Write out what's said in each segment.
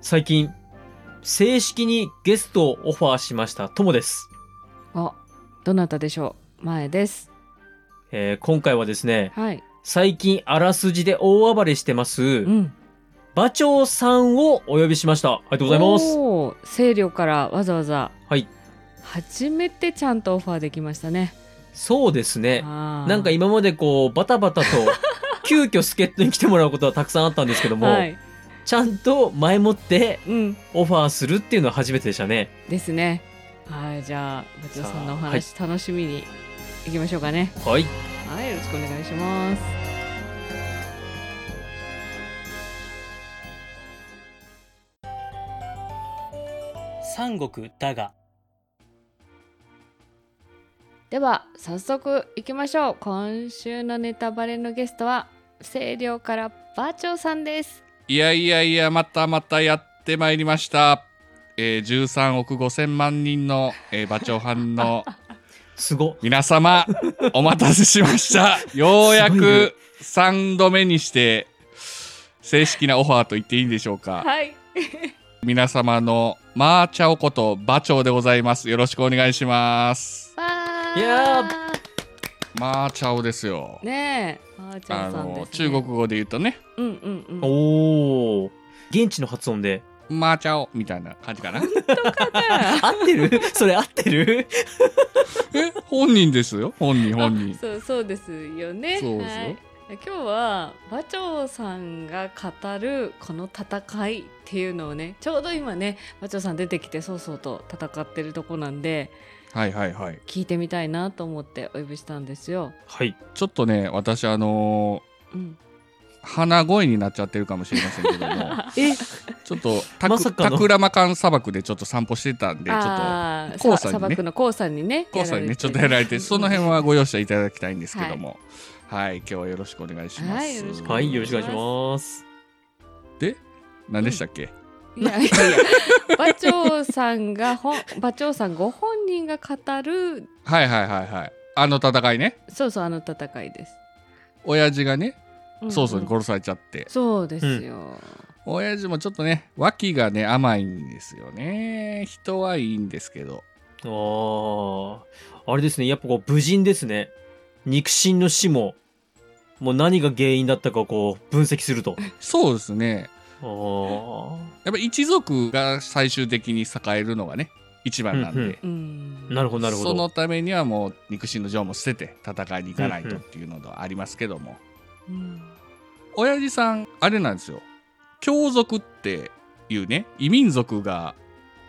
最近、正式にゲストをオファーしました、ともです。お、どなたでしょう前です。えー今回はですね、はい。最近あらすじで大暴れしてますう、ん。馬長さんをお呼びしました。ありがとうございます。おー清涼からわざわざ。はい。初めてちゃんとオファーできましたね。そうですね。ななんか今までこう、バタ バタと、急遽助っ人に来てもらうことはたくさんあったんですけども、はい。ちゃんと前もってうん。オファーするっていうのは初めてでしたね。ですね。はい。じゃあ、部長さんのお話、楽しみにいきましょうかね。はい。はい。よろしくお願いします。三国だがでは早速いきましょう今週のネタバレのゲストは清涼から馬長さんですいやいやいや、またまたやってまいりました。えー、13億5千万人の、えー、馬長藩のすご。皆様、お待たせしました。ようやすごいねく3度目にして、正式なオファーと言っていいんでしょうか。はい皆様のマーチャオこと馬長でございます。よろしくお願いします。わーいやマーチャオですよ。ねえ馬長あさんです、ねの、中国語で言うとね、うんうんうんおー。現地の発音で。マーチャオみたいな感じかな。合ってる それ合ってる え、本人ですよ。本人、本人あ。 そうそうですよねそうですよはい今日は馬長さんが語るこの戦いっていうのをねちょうど今ね馬長さん出てきてそうそうと戦ってるとこなんではいはいはい。聞いてみたいなと思ってお呼びしたんですよ、はい。ちょっとね私あのうん、ー鼻声になっちゃってるかもしれませんけど もえちょっとたまくさかのタクラマカン砂漠でちょっと散歩してたんでちょっとあー黄砂さにね砂漠の黄砂にねコウさんにねちょっとややらられれててるその辺はご容赦いただきたいんですけどもはい、今日はよろしくお願いしますはいよろしくおは願い、よいろししくおま願いします。で何でしたっけ、いやいやいや馬長さんが本馬長さんご本人が語るはいはいはいはいあの戦いねそうそうあの戦いです、親父がねうん曹操にうん殺されちゃって、そうですよ、親父もちょっとね脇がね甘いんですよね人はいいんですけどあー。あれですね、やっぱこう、無人ですね。肉親の死も、もう何が原因だったかをこう、分析すると。そうですねあー。やっぱ一族が最終的に栄えるのがね一番なんで、うんうんうんなるほど、なるほど。そのためにはもう肉親の情も捨てて戦いに行かないうんとうっんていうのがありますけども、うん親父さんあれなんですよ強族っていうね異民族が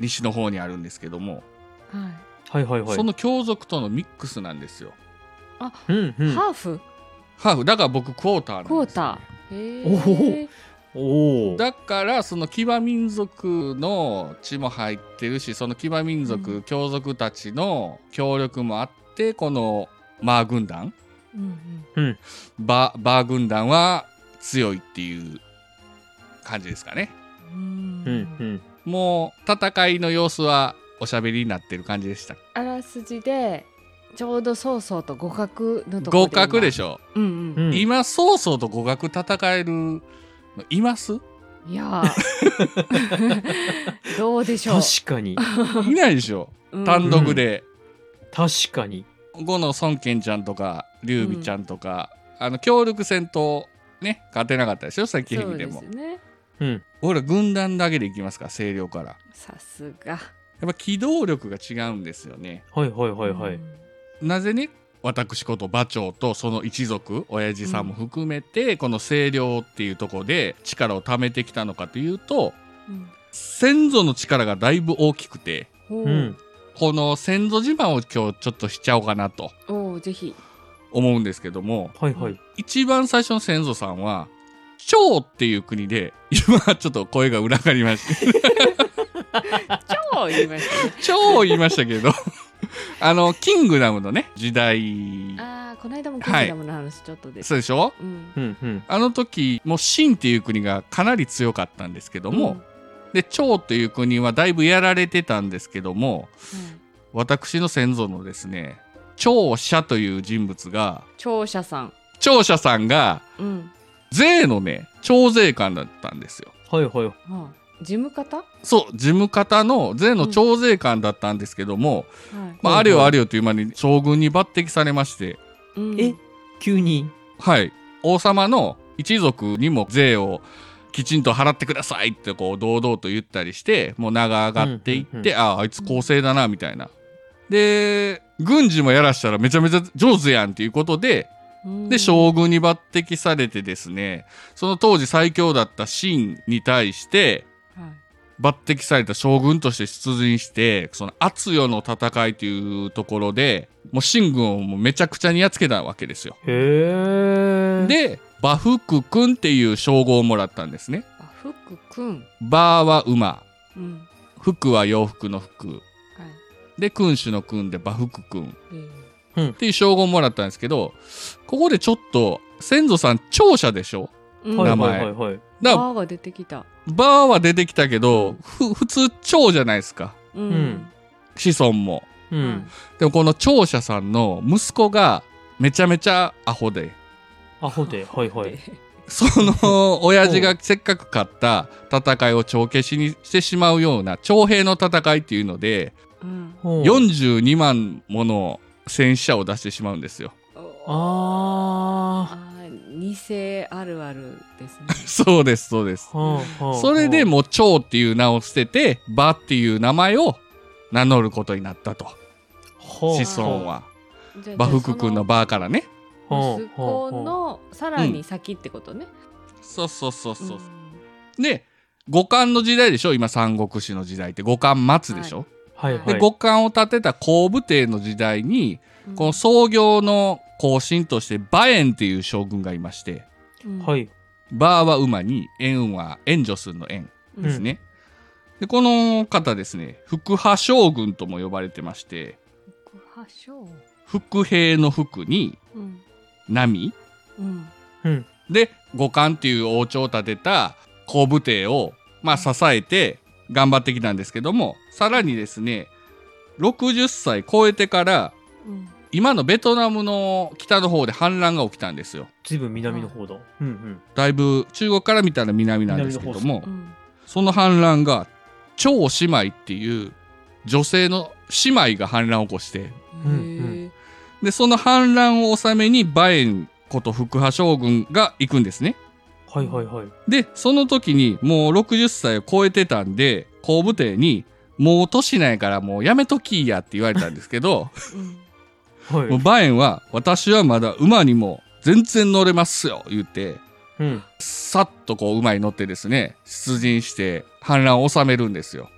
西の方にあるんですけども、はいはいはいはい。その強族とのミックスなんですようんうん。ハーフハーフだから僕クォーターなんですクォよーターへおほーほおお。だからその騎馬民族の血も入ってるしその騎馬民族、うん強族たちの協力もあってこのマー軍団うんババー軍団は強いっていう感じですかねうんううんんうん。もう戦いの様子はおしゃべりになってる感じでしたあらすじでちょうど曹操と互角のところ互角でしょょ、うんううんん今曹操と互角戦えるのいますいやー どうでしょう確かに。いないでしょうん単独で、確かに。後の孫権ちゃんとか劉備ちゃんとか、あの協力戦とね勝てなかったですよ最近兵でもそうですねうん。俺ら軍団だけでいきますから清涼からやさすがっぱ機動力が違うんですよねはいはいはいはい。なぜね私こと馬長とその一族親父さんも含めて、この清涼っていうとこで力を貯めてきたのかというとうん先祖の力がだいぶ大きくてほううん。この先祖自慢を今日ちょっとしちゃおうかなとおうぜひ思うんですけどもはいはい。一番最初の先祖さんは趙っていう国で 今ちょっと声が裏返りまして 超言いましたね趙を言いましたけど あのキングダムのね時代ああこの間もキングダムの話ちょっとです、そうでしょうんうんうん。あの時もう秦っていう国がかなり強かったんですけども、で趙という国はだいぶやられてたんですけども私の先祖のですね趙者という人物が聴者さん趙者さんがうん税のね徴税官だったんですよ。はいはい。はあ事務方、はい、そう事務方の税の徴税官だったんですけども、まあ、あれよあれよという間に将軍に抜擢されましてうんえ急にはい王様の一族にも税をきちんと払ってくださいってこう堂々と言ったりしてもう名が上がっていって、うんうんうんあああいつ公正だなみたいな。で軍事もやらしたらめちゃめちゃ上手やんっていうことでうんで将軍に抜擢されてですねその当時最強だった秦に対してはい抜擢された将軍として出陣してその熱世の戦いというところでもう秦軍をもうめちゃくちゃにやっつけたわけですよ。へえで馬福君っていう称号をもらったんですね。あ福くん、馬は馬うん服は洋服の服はいで君主の君で馬服君えーっていう称号をもらったんですけどここでちょっと先祖さん長者でしょうん、はい名前はいはいはいだからバーが出てきた、バーは出てきたけどふ普通長じゃないですかうんん子孫もう、うんでもこの長者さんの息子がめちゃめちゃアホで アホではいはいでそ の親父がせっかく勝った戦いを帳消しにしてしまうような徴兵の戦いっていうので うん、ほう42万もの戦死者を出してしまうんですよああー偽あるあるです ね そうですそうですーはあはあ それでもう蝶っていう名を捨てて馬っていう名前を名乗ることになったとほう子孫はじゃあ馬福君のじゃバーからねあほうほうその息子のさらに先ってことね、そうそうそうそうう、んで五冠の時代でしょ今三国志の時代って五冠末でしょ、はいはいで五冠を立てた後武帝の時代にこの創業の後進として馬縁っていう将軍がいましてうんはい馬は馬に縁は援助するの縁うんですね、でこの方ですね福波将軍とも呼ばれてまして告破書伏兵の服にうん波うんで五冠っていう王朝を立てた後武帝をまあ支えて頑張ってきたんですけどもさらにですね60歳超えてからうん今のベトナムの北の方で反乱が起きたんですよずいぶん南の方だうんうんだいぶ中国から見たら南なんですけどもうんその反乱が張姉妹っていう女性の姉妹が反乱を起こしてうんへーでその反乱を収めに馬縁こと福波将軍が行くんですねはいはいはいでその時にもう60歳を超えてたんで後部帝に「もう年ないからもうやめときや」って言われたんですけ どうんはいもうバエンは「私はまだ馬にも全然乗れますよ」言ってうんさっとこう馬に乗ってですね出陣して反乱を収めるんですよ。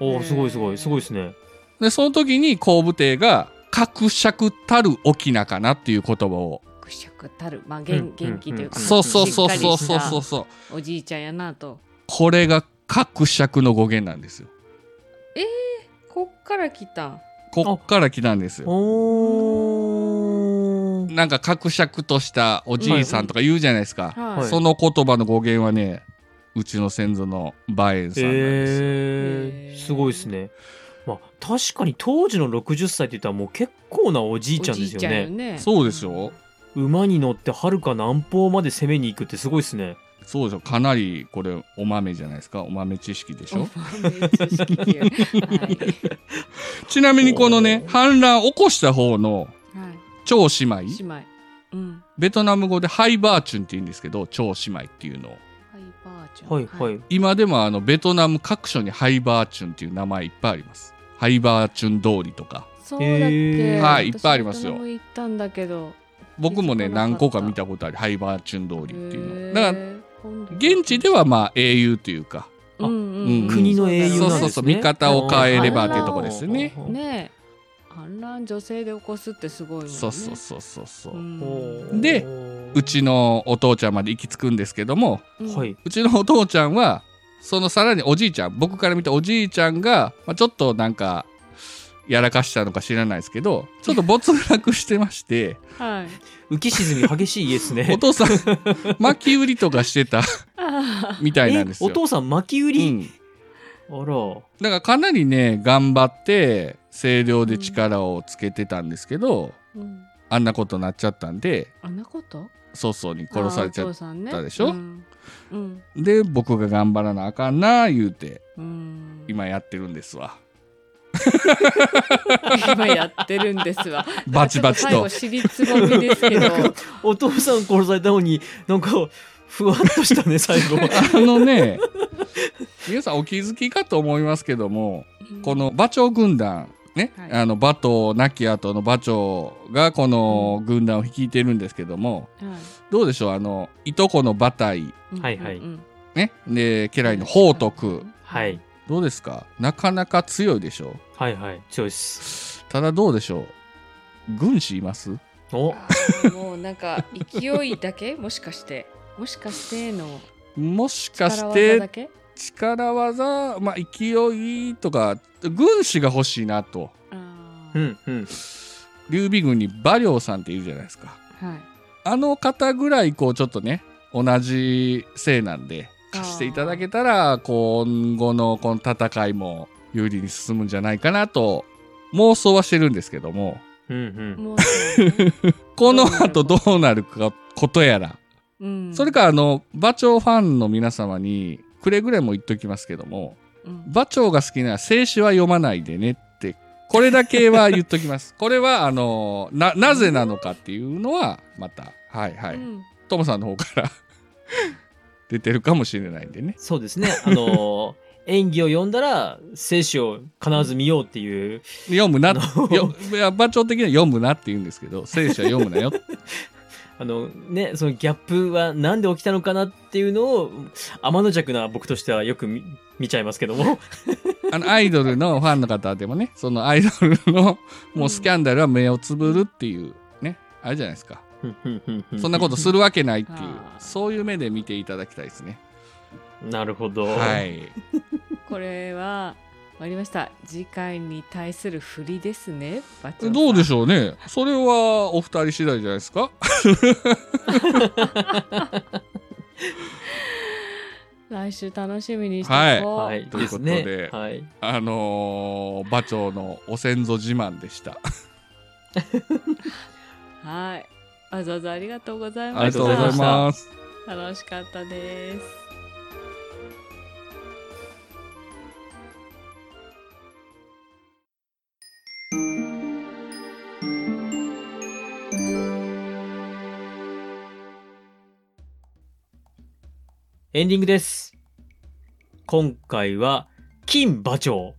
おーすごいすごいすごいですねでその時に後部帝が「格尺たる沖なかな」っていう言葉をくしゃくたるまあうん元元気というか、んそうそうそうそうしっかそうりしたそうそうおじいちゃんやなとこれが格尺の語源なんですよ。こっから来たんこっから来たんですよ。おーなんかかくしゃくとしたおじいさんとか言うじゃないですか、はいはいその言葉の語源はねうちの先祖のバエンさんなんですよ、えへー、ーすごいですね。まあ確かに当時の60歳って言ったらもう結構なおじいちゃんですよおじいちゃんよね。ねそうですよ馬に乗ってはるか南方まで攻めに行くってすごいですね。そうでしょかなりこれお豆じゃないですかお豆知識でしょ知識級はいちなみにこのねおー反乱起こした方のは長姉妹い、姉妹。うん。ベトナム語でハイバーチュンって言うんですけど長姉妹っていうのをハイバージョン。はいはい。。今でもあのベトナム各所にハイバーチュンっていう名前いっぱいありますハイバーチュン通りとかそうだっけ。へーはいいっぱいあります私ベよトナム行ったんだけど。僕もね気づかなかった何個か見たことあるハイバーチュン通りっていうのだからら現地ではまあ英雄というか、あうん国の英雄そなんですね。うそうそう見方を変えればっていうとこですねおー。ねえ。反乱女性で起こすってすごいもんね。そうそうそうそうそう、うんおーでうちのお父ちゃんまで行き着くんですけどもうんはい。うちのお父ちゃんはそのさらにおじいちゃん僕から見たおじいちゃんが、まあ、ちょっとなんかやらかしたのか知らないですけどちょっと没落してましてはい。浮き沈み激しい家です おね。父さん巻き売りとかしてた あみたいなんですよ。お父さん巻き売うり、ん、あら。だからかなりね頑張って声量で力をつけてたんですけど、ーうんあんなことになっちゃったんであんなこと曹操に殺されちあーお父ゃっさんねたでしょうんうんで僕が頑張らなあかんなあ言うてうん今やってるんですわ今やってるんですわ バチバチちょとっ最後尻つぼみですけどお父さん殺されたのになんかふわっとした ね最後あのね皆さんお気づきかと思いますけども この馬長軍団ね、はいあの馬頭亡き後の馬長がこの軍団を率いてるんですけども、はいどうでしょうあのいとこの馬隊うんはいはいうんうんねで家来の宝徳はいどうですかなかなか強いでしょはいはいチョイスただどうでしょう軍師いますおあーもうなんか勢いだけもしかしてもしかしてのもしか力し技だてけ力技、まあ、勢いとか軍師が欲しいなとあうーんうん劉備軍に馬良さんっているじゃないですかはいあの方ぐらいこうちょっとね同じ姓なんで貸していただけたら今後のこの戦いも有利に進むんじゃないかなと妄想はしてるんですけどもうんうんもうそうねこの後どうなるかことやらうん それかあの馬長ファンの皆様にくれぐれも言っときますけどもうん馬長が好きなら静止は読まないでねってこれだけは言っとき ますこれはあのななぜなのかっていうのはまたはいはい、うんトモさんの方から 出てるかもしれないんでねそうですねあ のー演技を読んだら生死を必ず見ようっていう読むな No よいや馬長的には読むなって言うんですけど静止は読む なよあのねそのギャップは何で起きたのかなっていうのを天の弱な僕としてはよく見見ちゃいますけど もあのアイドルのファンの方でもねそのアイドルのもうスキャンダルは目をつぶるっていうねあれじゃないですかそんなことするわけないっていうあーそういう目で見ていただきたいですねなるほどはいこれは終わりました次回に対する振りですねバチョさんどうでしょうねそれはお二人次第じゃないですか 来週楽しみにしてはいおこう、はいとでいうこすとねではいあのー馬長のお先祖自慢でしたはいわざわざありがとうございありまがしとうございたます楽しかったですエンディングです今回は金馬長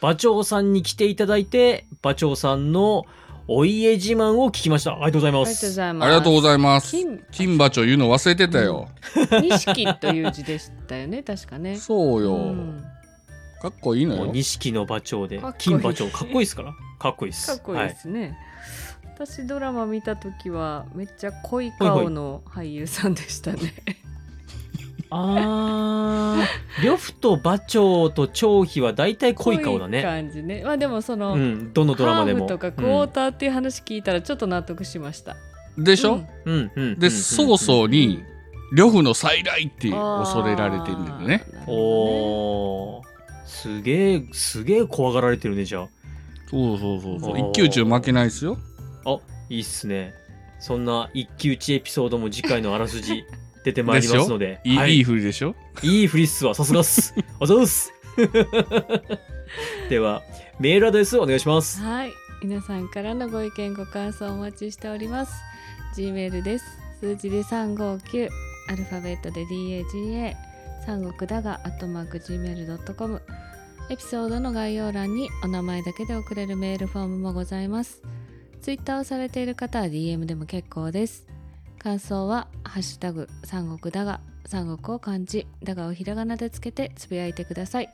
馬長さんに来ていただいて馬長さんのお家自慢を聞きましたありがとうございあまりがとうごすざいますありがとうございます。金金馬長言うの忘れてたよ。錦という字でしたよね確かねそうよ、うんかっこいいのもうよ。錦の馬長でかっこいい金馬長かっこいいですからかっこいいです かっこいいはですね、私ドラマ見た時はめっちゃ濃い顔の俳優さんでしたねあー、呂布と馬長と張飛は大体濃い顔だ 濃いね。感じねまあでもその、うん、どのドラマでも。ハームとかクうォーんターっていう話聞いたらちょっと納得しました、でしょ、ううんんうんうんで、曹操に、呂布の再来ってあー恐れられてるんだよね。なるうんほおー、すげえ、すげえ怖がられてるね、じゃそうそうそうそあう。ー一騎打ち負けないですよ。あ。あ、いいっすね。そんな一騎打ちエピソードも次回のあらす じ出てまいりますので。いい、、はいいい、振りでしょいいフリっすわ、さすがっ す。あざっす。 では、メールアドレスお願いしまどす。ねはい皆さんからのご意見ご感想お待ちしております G メールです数字で359アルファベットで DAGA 三国だがアットマーク Gmail.com エピソードの概要欄にお名前だけで送れるメールフォームもございますツイッターをされている方は DM でも結構です感想は「ハッシュタグ三国だが」三国を漢字だがをひらがなでつけてつぶやいてください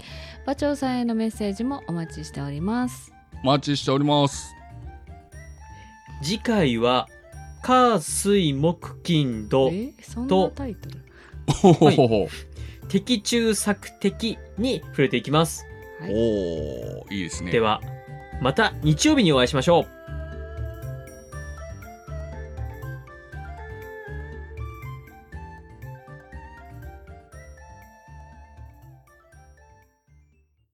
馬長さんへのメッセージもお待ちしておりますお待ちしております。次回は、火、水、木、金、土。えそんとなタイトルほほほ ほ。敵中作敵に触れていきます、はいおー、いいですね。ではまた日曜日にお会いしましょう